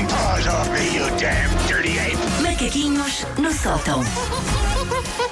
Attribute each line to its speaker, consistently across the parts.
Speaker 1: off me, you damn dirty ape!
Speaker 2: Macaquinhos no sótão.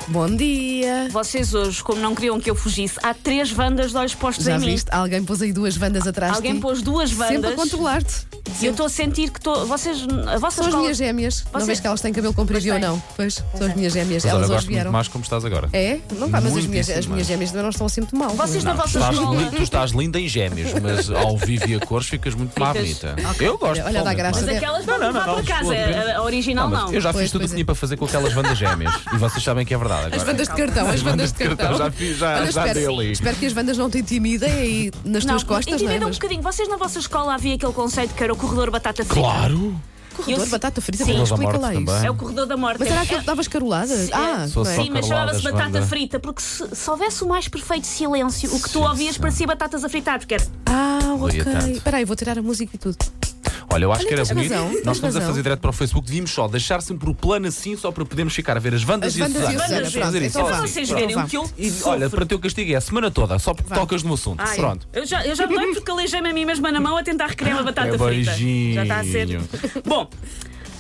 Speaker 3: Bom dia!
Speaker 4: Vocês hoje, como não queriam que eu fugisse, há três bandas de olhos postos
Speaker 3: Já
Speaker 4: em mim.
Speaker 3: viste? Alguém pôs aí duas bandas atrás
Speaker 4: Alguém
Speaker 3: de ti.
Speaker 4: pôs duas
Speaker 3: Sempre a
Speaker 4: bandas.
Speaker 3: controlar-te.
Speaker 4: e eu estou a sentir que estou. Vocês. A vossa
Speaker 3: São as
Speaker 4: escola-
Speaker 3: minhas gêmeas. Não
Speaker 4: Você-
Speaker 3: vês que elas têm cabelo comprido
Speaker 4: Pois
Speaker 3: e eu
Speaker 4: têm.
Speaker 3: não? Pois, são as minhas gêmeas.
Speaker 5: Mas olha,
Speaker 3: elas
Speaker 4: tá
Speaker 3: hoje
Speaker 5: gosto
Speaker 3: vieram.
Speaker 5: muito mais como estás agora.
Speaker 3: É? Não pá, mas as minhas,
Speaker 5: Muitíssimo
Speaker 3: as minhas
Speaker 5: mais.
Speaker 3: gêmeas também não estão assim muito mal.
Speaker 4: Vocês na
Speaker 5: Não,
Speaker 4: vossa
Speaker 5: estás
Speaker 4: escola.
Speaker 5: li- tu estás linda em gêmeos, mas ao vivo e a cores ficas muito mais bonita. Eu gosto.
Speaker 3: Olha, olha, dá
Speaker 5: pessoalmente,
Speaker 3: graça.
Speaker 4: Mas
Speaker 5: mas-
Speaker 3: Não,
Speaker 4: aquelas vão
Speaker 5: não,
Speaker 4: levar
Speaker 5: não,
Speaker 4: para
Speaker 5: não,
Speaker 4: casa.
Speaker 5: não.
Speaker 4: A- A original
Speaker 5: Não, mas
Speaker 4: não.
Speaker 5: eu já
Speaker 3: Pois,
Speaker 5: fiz tudo o
Speaker 3: pois
Speaker 5: que
Speaker 3: é.
Speaker 5: tinha para fazer com aquelas bandas gêmeas. E vocês sabem que é verdade agora.
Speaker 3: As bandas de cartão, as bandas de cartão.
Speaker 5: Já, fiz, já,
Speaker 3: Olha,
Speaker 5: já dei
Speaker 3: espero,
Speaker 5: ali.
Speaker 3: espero que as bandas não te intimidem aí nas
Speaker 4: Não,
Speaker 3: tuas costas, não é?
Speaker 4: intimida um
Speaker 3: Mas-
Speaker 4: bocadinho. Vocês na vossa escola havia aquele conceito que era o corredor batata frita.
Speaker 5: Claro!
Speaker 3: Corredor,
Speaker 4: Eu-
Speaker 3: batata frita,
Speaker 4: Sim.
Speaker 3: mas
Speaker 5: Corredor
Speaker 3: explica
Speaker 5: da
Speaker 3: lá
Speaker 5: morte
Speaker 3: isso.
Speaker 5: também.
Speaker 4: É o corredor da morte.
Speaker 3: Mas será que
Speaker 4: É-
Speaker 3: ele davas caroladas?
Speaker 4: Se-
Speaker 3: Ah,
Speaker 5: Sou
Speaker 3: não é?
Speaker 5: só
Speaker 4: Sim, mas
Speaker 5: Caroladas,
Speaker 4: chamava-se batata
Speaker 5: banda.
Speaker 4: frita, porque se, se houvesse o mais perfeito silêncio, o que tu
Speaker 5: Sim,
Speaker 4: ouvias
Speaker 5: sim.
Speaker 4: parecia batatas a fritar, porque era.
Speaker 3: Ah,
Speaker 5: Doía
Speaker 3: ok.
Speaker 5: tanto.
Speaker 3: Espera aí, vou tirar a música e tudo.
Speaker 5: Olha, eu acho
Speaker 3: Olha,
Speaker 5: que era
Speaker 3: tens
Speaker 5: bonito.
Speaker 3: razão, tens
Speaker 5: Nós estamos a
Speaker 3: razão.
Speaker 5: fazer direto para o Facebook. Devíamos só deixar sempre o plano assim, só para podermos ficar a ver as bandas
Speaker 3: As
Speaker 5: e a
Speaker 3: bandas e a
Speaker 5: Susana.
Speaker 3: Susana,
Speaker 5: Vamos
Speaker 3: pronto,
Speaker 5: fazer isso,
Speaker 3: então
Speaker 5: só
Speaker 4: para
Speaker 3: vá.
Speaker 5: assim,
Speaker 4: vocês
Speaker 5: pronto.
Speaker 4: verem
Speaker 3: vá.
Speaker 4: o que eu.
Speaker 5: E olha, para o teu castigo é a semana toda, só porque
Speaker 3: Vá.
Speaker 5: tocas no assunto.
Speaker 4: Ai,
Speaker 5: Pronto.
Speaker 4: Eu já, eu já me dei porque aleijei-me a mim mesma na mão a tentar recriar uma batata
Speaker 5: É
Speaker 4: frita.
Speaker 5: beijinho.
Speaker 4: Já está a ser. Bom,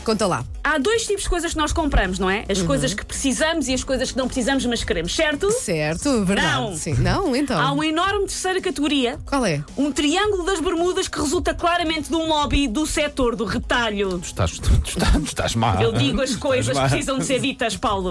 Speaker 3: Conta lá.
Speaker 4: há dois tipos de coisas que nós compramos, não é? As coisas que precisamos e as coisas que não precisamos, mas queremos, certo?
Speaker 3: Certo, verdade.
Speaker 4: Não.
Speaker 3: Sim. Não, então.
Speaker 4: Há uma enorme terceira categoria.
Speaker 3: Qual é?
Speaker 4: Um triângulo das bermudas que resulta claramente de um lobby do setor do retalho.
Speaker 5: Estás, tu, tu estás, tu estás má.
Speaker 4: Eu digo as coisas que
Speaker 5: má.
Speaker 4: precisam de ser ditas, Paulo.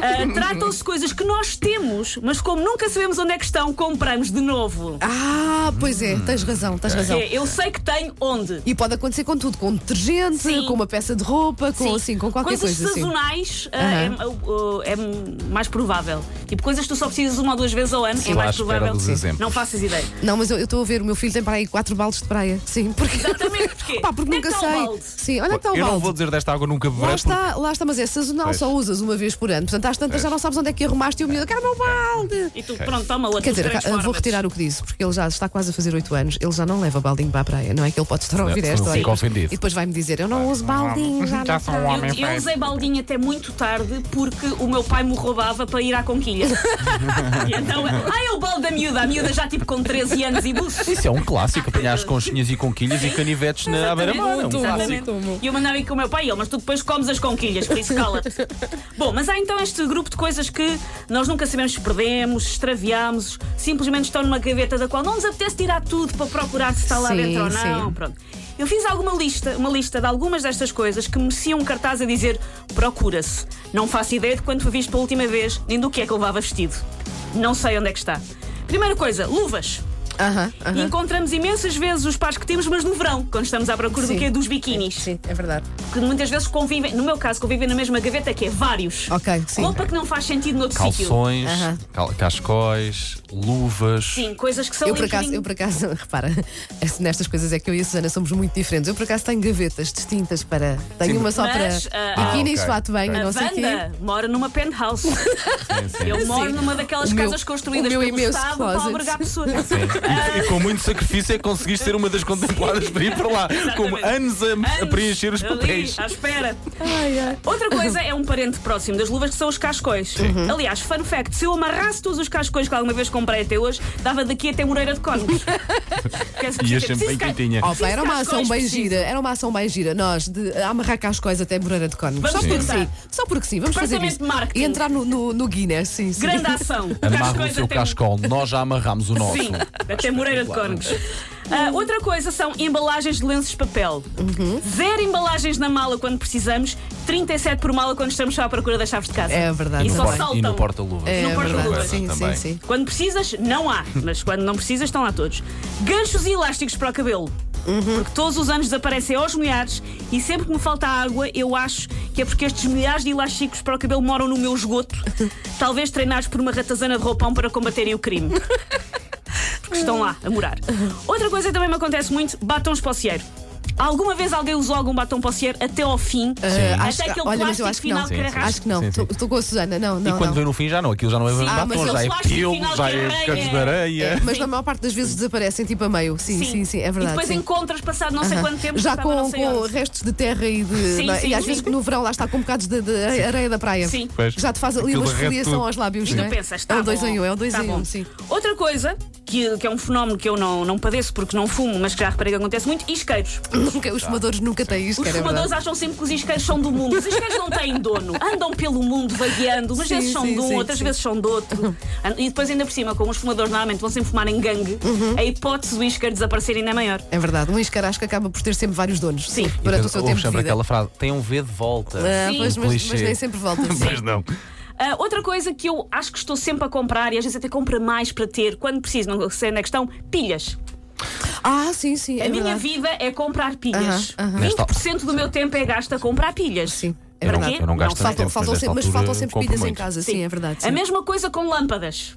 Speaker 4: Ah, Tratam-se de coisas que nós temos, mas como nunca sabemos onde é que estão, compramos de novo.
Speaker 3: Ah, pois
Speaker 5: Hum.
Speaker 3: é, tens razão, tens razão.
Speaker 4: É, eu sei que tenho onde.
Speaker 3: E pode acontecer com tudo, com detergente,
Speaker 4: Sim.
Speaker 3: com uma peça de roupa, com
Speaker 4: Sim.
Speaker 3: assim, com qualquer
Speaker 4: coisas
Speaker 3: coisa assim.
Speaker 4: sazonais ah, é, uh, uh, é mais provável. Tipo, coisas que tu só precisas uma ou duas vezes ao ano é
Speaker 5: Lá à
Speaker 4: mais
Speaker 5: espera
Speaker 4: provável.
Speaker 5: dos exemplos.
Speaker 4: Não faças ideia.
Speaker 3: Não, mas eu eu estou a ver, o meu filho tem para aí quatro baldes de praia. Sim, porque.
Speaker 4: Exatamente, porquê?
Speaker 3: Pá, porque
Speaker 4: Onde é
Speaker 3: nunca
Speaker 4: que está o
Speaker 3: sei.
Speaker 4: balde?
Speaker 3: Sim, olha que está o
Speaker 5: eu não
Speaker 3: balde.
Speaker 5: vou dizer desta água nunca beberá.
Speaker 3: Lá
Speaker 5: porque-
Speaker 3: está, lá está, mas é sazonal,
Speaker 5: Pois.
Speaker 3: só usas uma vez por ano. Portanto, às tantas
Speaker 5: Pois.
Speaker 3: já não sabes onde é que arrumaste e o miúdo, quero meu balde!
Speaker 4: E tu, pronto, toma outra.
Speaker 3: Quer dizer, ah, vou retirar o que disse, porque ele já está quase a fazer oito anos, ele já não leva baldinho para a praia, não é que ele pode estar a
Speaker 5: Não,
Speaker 3: ouvir
Speaker 5: não
Speaker 3: esta hora.
Speaker 5: fica
Speaker 3: mas-
Speaker 5: ofendido.
Speaker 3: E depois vai-me dizer, eu não uso baldinho, já não
Speaker 5: são
Speaker 4: Eu, eu usei baldinho até muito tarde porque o meu pai me roubava para ir à conquilha. e então, ah, é o balde da miúda. A miúda já tipo com 13 anos e buço.
Speaker 5: Isso é um clássico, apanhar as conchinhas e conquilhas e canivetes na beira-mar. é um
Speaker 4: Exatamente.
Speaker 5: clássico.
Speaker 4: E eu mandava ir com o meu pai e ele, mas tu depois comes as conquilhas, por isso cala-te. Bom, mas há então este grupo de coisas que nós nunca sabemos se perdemos, se extraviamos, simplesmente estão numa gaveta da qual não nos apetece tirar tudo para procurar se está lá
Speaker 3: Sim,
Speaker 4: dentro ou não.
Speaker 3: sim.
Speaker 4: Pronto. Eu fiz alguma lista, uma lista de algumas destas coisas que mereciam um cartaz a dizer procura-se. Não faço ideia de quando foi visto pela última vez, nem do que é que levava vestido. Não sei onde é que está. Primeira coisa, luvas.
Speaker 3: Aham, aham.
Speaker 4: E encontramos imensas vezes os pares que temos, mas no verão, quando estamos à procura
Speaker 3: Sim.
Speaker 4: do quê? Dos biquinis.
Speaker 3: Sim, é verdade.
Speaker 4: Que muitas vezes convivem, no meu caso, convivem na mesma gaveta que é vários.
Speaker 3: Ok, sim.
Speaker 4: Roupa que não faz sentido noutro sítio.
Speaker 5: Calções,
Speaker 3: Aham.
Speaker 5: cal- cascóis, luvas.
Speaker 4: Sim, coisas que são
Speaker 3: Eu por,
Speaker 4: um
Speaker 3: acaso, eu
Speaker 4: bocadinho-
Speaker 3: por acaso, repara, assim, nestas coisas é que eu e a Susana somos muito diferentes. Eu por acaso tenho gavetas distintas para. Tenho
Speaker 5: Sim.
Speaker 3: uma só
Speaker 4: Mas,
Speaker 3: para
Speaker 4: ah,
Speaker 3: biquinis,
Speaker 5: ok,
Speaker 3: fato bem,
Speaker 4: A
Speaker 3: não sei o quê.
Speaker 4: Wanda mora numa penthouse.
Speaker 5: Sim, sim.
Speaker 4: Eu moro
Speaker 3: Sim.
Speaker 4: numa daquelas
Speaker 3: O meu-
Speaker 4: casas construídas
Speaker 3: o meu
Speaker 4: pelo
Speaker 3: imenso
Speaker 4: Estado para
Speaker 3: closet.
Speaker 4: albergar pessoas.
Speaker 5: E, e com muito sacrifício é que conseguiste ser uma das contempladas para ir para lá, como anos a, a
Speaker 4: Anos
Speaker 5: preencher os
Speaker 4: ali,
Speaker 5: papéis.
Speaker 4: À espera. Outra coisa é um parente próximo das luvas que são os cascóis.
Speaker 3: Uhum.
Speaker 4: Aliás, fun fact: se eu amarrasse todos os cascóis que alguma vez comprei até hoje, dava daqui até Moreira de Cónicos. Quer dizer,
Speaker 5: E
Speaker 4: preciso
Speaker 5: achei bem
Speaker 4: ca-
Speaker 5: quentinha.
Speaker 3: Opa, era uma
Speaker 4: Preciso
Speaker 3: ação
Speaker 4: de
Speaker 3: bem
Speaker 4: cascóis,
Speaker 3: gira, era uma ação bem gira. Nós, de amarrar cascóis até Moreira de Cónicos. Só
Speaker 4: Vamos
Speaker 3: porque
Speaker 4: tentar.
Speaker 3: sim. Só porque sim, vamos fazer
Speaker 4: Departamento
Speaker 3: isso.
Speaker 4: de marketing.
Speaker 3: E entrar no, no, no Guinness, sim, sim.
Speaker 4: Grande ação.
Speaker 5: Amarra o
Speaker 4: Cascóis
Speaker 5: seu
Speaker 4: até-
Speaker 5: cascol, nós já amarramos o nosso.
Speaker 4: Sim, até Moreira de Cónicos. Ah, outra coisa são embalagens de lenços de papel.
Speaker 3: Uhum.
Speaker 4: Zero embalagens na mala quando precisamos, 37 por mala quando estamos só à procura das chaves de casa.
Speaker 3: É verdade.
Speaker 4: E
Speaker 5: E no
Speaker 4: só
Speaker 5: por-
Speaker 4: saltam.
Speaker 5: E no porta-luvas.
Speaker 3: É
Speaker 4: Não pode
Speaker 3: verdade.
Speaker 4: julgar.
Speaker 3: Sim, sim,
Speaker 5: Também.
Speaker 3: sim.
Speaker 4: Quando precisas, não há. Mas quando não precisas, estão lá todos. Ganchos e elásticos para o cabelo. Porque todos os anos desaparecem aos milhares e sempre que me falta água, eu acho que é porque estes milhares de elásticos para o cabelo moram no meu esgoto. Talvez treinados por uma ratazana de roupão para combaterem o crime. Porque estão lá a morar. Outra coisa que também me acontece muito: batons para o cieiro. Alguma vez alguém usou algum batom para o cieiro até ao fim?
Speaker 3: Ah,
Speaker 4: Até aquele
Speaker 3: olha, mas
Speaker 4: plástico
Speaker 3: eu acho que
Speaker 4: final
Speaker 3: não.
Speaker 4: que era
Speaker 3: Acho que não.
Speaker 5: Sim, sim.
Speaker 3: Estou com a Susana, não,
Speaker 5: E
Speaker 3: não.
Speaker 5: quando
Speaker 3: não.
Speaker 5: vem no fim já não, aquilo já não é
Speaker 4: Ah,
Speaker 3: mas
Speaker 5: batom,
Speaker 3: eles
Speaker 5: já é
Speaker 4: lá acham que
Speaker 5: pelo,
Speaker 4: afinal
Speaker 5: já
Speaker 4: tem
Speaker 5: é
Speaker 4: areia.
Speaker 5: cantos de areia.
Speaker 3: Mas na maior parte das vezes desaparecem tipo a meio. Sim, sim, sim, é verdade.
Speaker 4: E depois
Speaker 3: sim.
Speaker 4: encontras passado não sei
Speaker 3: Aham.
Speaker 4: quanto tempo.
Speaker 3: Já
Speaker 4: estava não
Speaker 3: com,
Speaker 4: sei
Speaker 3: com
Speaker 4: onde.
Speaker 3: restos de terra e de.
Speaker 4: Sim,
Speaker 3: não é?
Speaker 4: sim,
Speaker 3: e às
Speaker 4: sim.
Speaker 3: vezes no verão lá está com bocados de, de areia da praia.
Speaker 4: Sim.
Speaker 5: Pois.
Speaker 3: Já te faz ali
Speaker 5: Aquilo
Speaker 3: uma
Speaker 5: derrete
Speaker 3: esfoliação
Speaker 5: tudo.
Speaker 3: aos lábios,
Speaker 4: E
Speaker 3: não
Speaker 4: tu
Speaker 3: é?
Speaker 4: pensas, tá
Speaker 3: é o dois
Speaker 4: bom,
Speaker 3: em um, é o dois
Speaker 4: tá
Speaker 3: em
Speaker 4: bom.
Speaker 3: um, sim.
Speaker 4: Outra coisa que, que é um fenómeno que eu não, não padeço porque não fumo, mas que já reparei que acontece muito, e isqueiros.
Speaker 3: Nunca- os fumadores nunca têm isqueiro,
Speaker 4: Os
Speaker 3: é verdade.
Speaker 4: fumadores acham sempre que os isqueiros são do mundo. Os isqueiros não têm dono. Andam pelo mundo vagueando. Umas
Speaker 3: Sim,
Speaker 4: vezes são
Speaker 3: sim,
Speaker 4: de um,
Speaker 3: sim,
Speaker 4: outras
Speaker 3: sim.
Speaker 4: vezes são de outro. And- E depois, ainda por cima, como os fumadores normalmente vão sempre fumar em gangue,
Speaker 3: Uhum.
Speaker 4: a hipótese do isqueiro desaparecer ainda é maior.
Speaker 3: É verdade, um iscarasco acaba por ter sempre vários donos.
Speaker 4: Sim.
Speaker 3: Durante o seu tempo de vida.
Speaker 5: aquela frase: tem um V de volta.
Speaker 3: Ah,
Speaker 4: Sim.
Speaker 3: pois, mas,
Speaker 5: Clichê.
Speaker 3: mas nem sempre assim. volta. Sim.
Speaker 5: Mas não.
Speaker 4: Ah, outra coisa que eu acho que estou sempre a comprar, e às vezes até compro mais para ter, quando preciso, não sei onde é que estão, pilhas.
Speaker 3: Ah, sim, sim.
Speaker 4: A
Speaker 3: é
Speaker 4: minha
Speaker 3: verdade.
Speaker 4: vida é comprar pilhas.
Speaker 3: Aham, aham.
Speaker 4: 20% do meu tempo é gasto a comprar pilhas.
Speaker 3: Sim, é
Speaker 5: Eu não-
Speaker 3: verdade.
Speaker 5: eu não gasto
Speaker 3: Faltam,
Speaker 5: tempo,
Speaker 3: faltam
Speaker 5: mas
Speaker 3: sempre, mas
Speaker 5: nesta
Speaker 3: faltam
Speaker 5: altura
Speaker 3: sempre
Speaker 5: compro
Speaker 3: pilhas em
Speaker 5: muito.
Speaker 3: casa, sim, é verdade.
Speaker 4: A
Speaker 3: sim. Hum.
Speaker 4: mesma coisa com lâmpadas.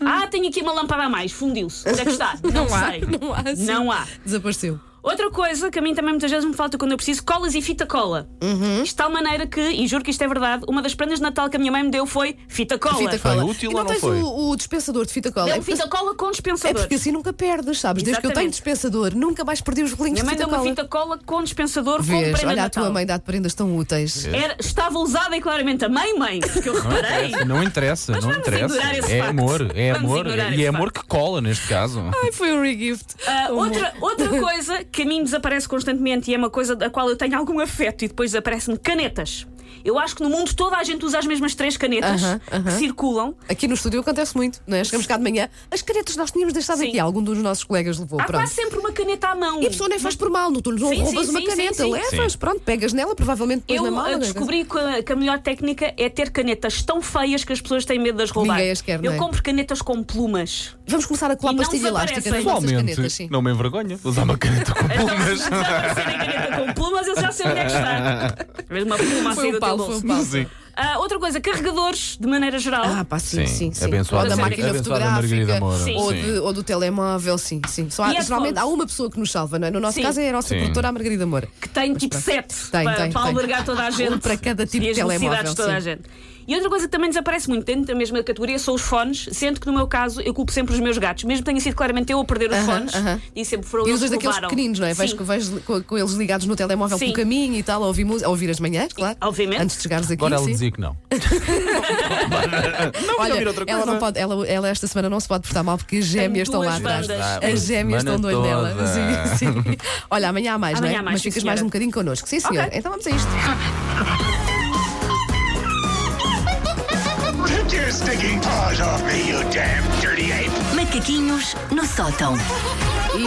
Speaker 4: Ah, tenho aqui uma lâmpada a mais, fundiu-se. Onde é que está? Não, sei.
Speaker 3: Não há, sim.
Speaker 4: Não há.
Speaker 3: Desapareceu.
Speaker 4: Outra coisa que a mim também muitas vezes me falta quando eu preciso, colas e fita cola.
Speaker 3: Uhum.
Speaker 4: Isto de tal maneira que, e juro que isto é verdade, uma das prendas de Natal que a minha mãe me deu foi fita cola.
Speaker 3: Fita cola.
Speaker 5: útil
Speaker 3: e não
Speaker 5: ou não
Speaker 3: tens
Speaker 5: foi?
Speaker 3: O, o dispensador de fita cola.
Speaker 4: Deu
Speaker 3: É porque,
Speaker 4: fita cola com
Speaker 3: é
Speaker 4: dispensador.
Speaker 3: porque assim nunca perdes, sabes? Desde que eu tenho
Speaker 4: Exatamente.
Speaker 3: dispensador, nunca mais perdi os rolinhos
Speaker 4: minha mãe
Speaker 3: de fita
Speaker 4: deu uma
Speaker 3: cola.
Speaker 4: fita cola com dispensador com
Speaker 3: Vês,
Speaker 4: prenda de
Speaker 3: olha, a
Speaker 4: Natal.
Speaker 3: tua mãe dá-te prendas tão úteis.
Speaker 4: Era- estava usada e claramente a mãe, mãe, que eu reparei.
Speaker 5: Não interessa,
Speaker 4: Mas
Speaker 5: não
Speaker 4: vamos
Speaker 5: interessa.
Speaker 4: ignorar esse
Speaker 5: É
Speaker 4: facto.
Speaker 5: amor, é
Speaker 4: Vamos
Speaker 5: amor.
Speaker 4: ignorar
Speaker 5: E
Speaker 4: esse
Speaker 5: é amor que
Speaker 4: facto.
Speaker 5: cola neste caso.
Speaker 3: Ai, foi um regift.
Speaker 4: Ah, outra, outra coisa que a mim desaparece constantemente e é uma coisa da qual eu tenho algum afeto e depois desaparece-me canetas. Eu acho que no mundo toda a gente usa as mesmas três canetas
Speaker 3: Aham,
Speaker 4: que
Speaker 3: aham.
Speaker 4: circulam.
Speaker 3: Aqui no estúdio acontece muito, não é? Chegamos cá de manhã, as canetas nós tínhamos deixado
Speaker 4: Sim.
Speaker 3: aqui, algum dos nossos colegas levou,
Speaker 4: Há
Speaker 3: pronto.
Speaker 4: quase sempre uma caneta à mão.
Speaker 3: E a pessoa nem faz por mal, não, tu não
Speaker 4: Sim,
Speaker 3: roubas
Speaker 4: sim,
Speaker 3: uma
Speaker 4: sim,
Speaker 3: caneta,
Speaker 4: sim, sim.
Speaker 3: levas, pronto, pegas nela, provavelmente pões
Speaker 4: Eu
Speaker 3: na mala.
Speaker 4: ah,
Speaker 3: não é?
Speaker 4: descobri que a, que a melhor técnica é ter canetas tão feias que as pessoas têm medo de as roubar.
Speaker 3: Ninguém as quer,
Speaker 4: eu
Speaker 3: não é?
Speaker 4: compro canetas com plumas.
Speaker 3: Vamos começar a colar
Speaker 4: E não
Speaker 3: pastilha elástica nas
Speaker 4: desaparecem.
Speaker 3: nossas canetas, sim.
Speaker 5: Pessoalmente, não me envergonha usar uma caneta com
Speaker 4: Então,
Speaker 5: plumas.
Speaker 4: se desaparecer a caneta com plumas, eu já sei onde é que está. Mesmo uma pluma
Speaker 3: Foi
Speaker 4: assim
Speaker 3: o
Speaker 4: do teu
Speaker 3: Paulo, foi
Speaker 4: bolso.
Speaker 3: o Paulo.
Speaker 5: Sim.
Speaker 4: Ah, outra coisa, carregadores, de maneira geral.
Speaker 3: Ah, pá, sim, sim, sim.
Speaker 5: Abençoada,
Speaker 3: ou da
Speaker 4: Mar-
Speaker 3: máquina
Speaker 5: abençoada Margarida
Speaker 3: fotográfica,
Speaker 5: Moura.
Speaker 4: Sim.
Speaker 3: ou,
Speaker 5: Sim.
Speaker 3: de- ou do telemóvel, sim, sim. Só há-
Speaker 4: E headphones?
Speaker 3: geralmente há uma pessoa que nos salva, não é? No nosso
Speaker 4: Sim.
Speaker 3: caso é a nossa
Speaker 5: Sim.
Speaker 3: produtora, a Margarida Moura.
Speaker 4: que tem tipo
Speaker 3: pronto.
Speaker 4: sete
Speaker 3: Tem,
Speaker 4: para,
Speaker 3: tem,
Speaker 4: para
Speaker 3: tem.
Speaker 4: albergar toda a gente.
Speaker 3: Um para cada tipo
Speaker 4: e as
Speaker 3: de telemóvel,
Speaker 4: necessidades de toda a
Speaker 3: sim.
Speaker 4: gente. E outra coisa que também desaparece muito dentro da mesma categoria são os fones, sendo que no meu caso eu culpo sempre os meus gatos, mesmo que tenha sido claramente eu a perder os
Speaker 3: Aham,
Speaker 4: fones
Speaker 3: ahãs.
Speaker 4: e sempre foram
Speaker 3: E
Speaker 4: eles
Speaker 3: usas
Speaker 4: que
Speaker 3: daqueles
Speaker 4: levaram.
Speaker 3: pequeninos, não é? Vais,
Speaker 4: Sim.
Speaker 3: vais com, com eles ligados no telemóvel
Speaker 4: Sim.
Speaker 3: pelo caminho e tal, a ouvir, música- a ouvir as manhãs, claro.
Speaker 4: obviamente.
Speaker 3: Antes de chegares aqui.
Speaker 5: Agora ela
Speaker 3: sim.
Speaker 5: dizia que não.
Speaker 3: Olha,
Speaker 5: ouvir outra
Speaker 3: ela
Speaker 5: coisa.
Speaker 3: não pode, ela, ela esta semana não se pode portar mal porque as gêmeas estão
Speaker 4: duas
Speaker 3: lá atrás.
Speaker 4: bandas.
Speaker 3: As gêmeas estão do olho dela. Sim, sim. Olha, amanhã há mais,
Speaker 4: Amanhã
Speaker 3: não é?
Speaker 4: há mais,
Speaker 3: Mas
Speaker 4: sim,
Speaker 3: ficas
Speaker 4: senhora.
Speaker 3: mais um bocadinho connosco. Sim, senhor. Então vamos a isto.
Speaker 1: Take your stinking paws off me, you damn dirty ape!
Speaker 2: Macaquinhos no sótão.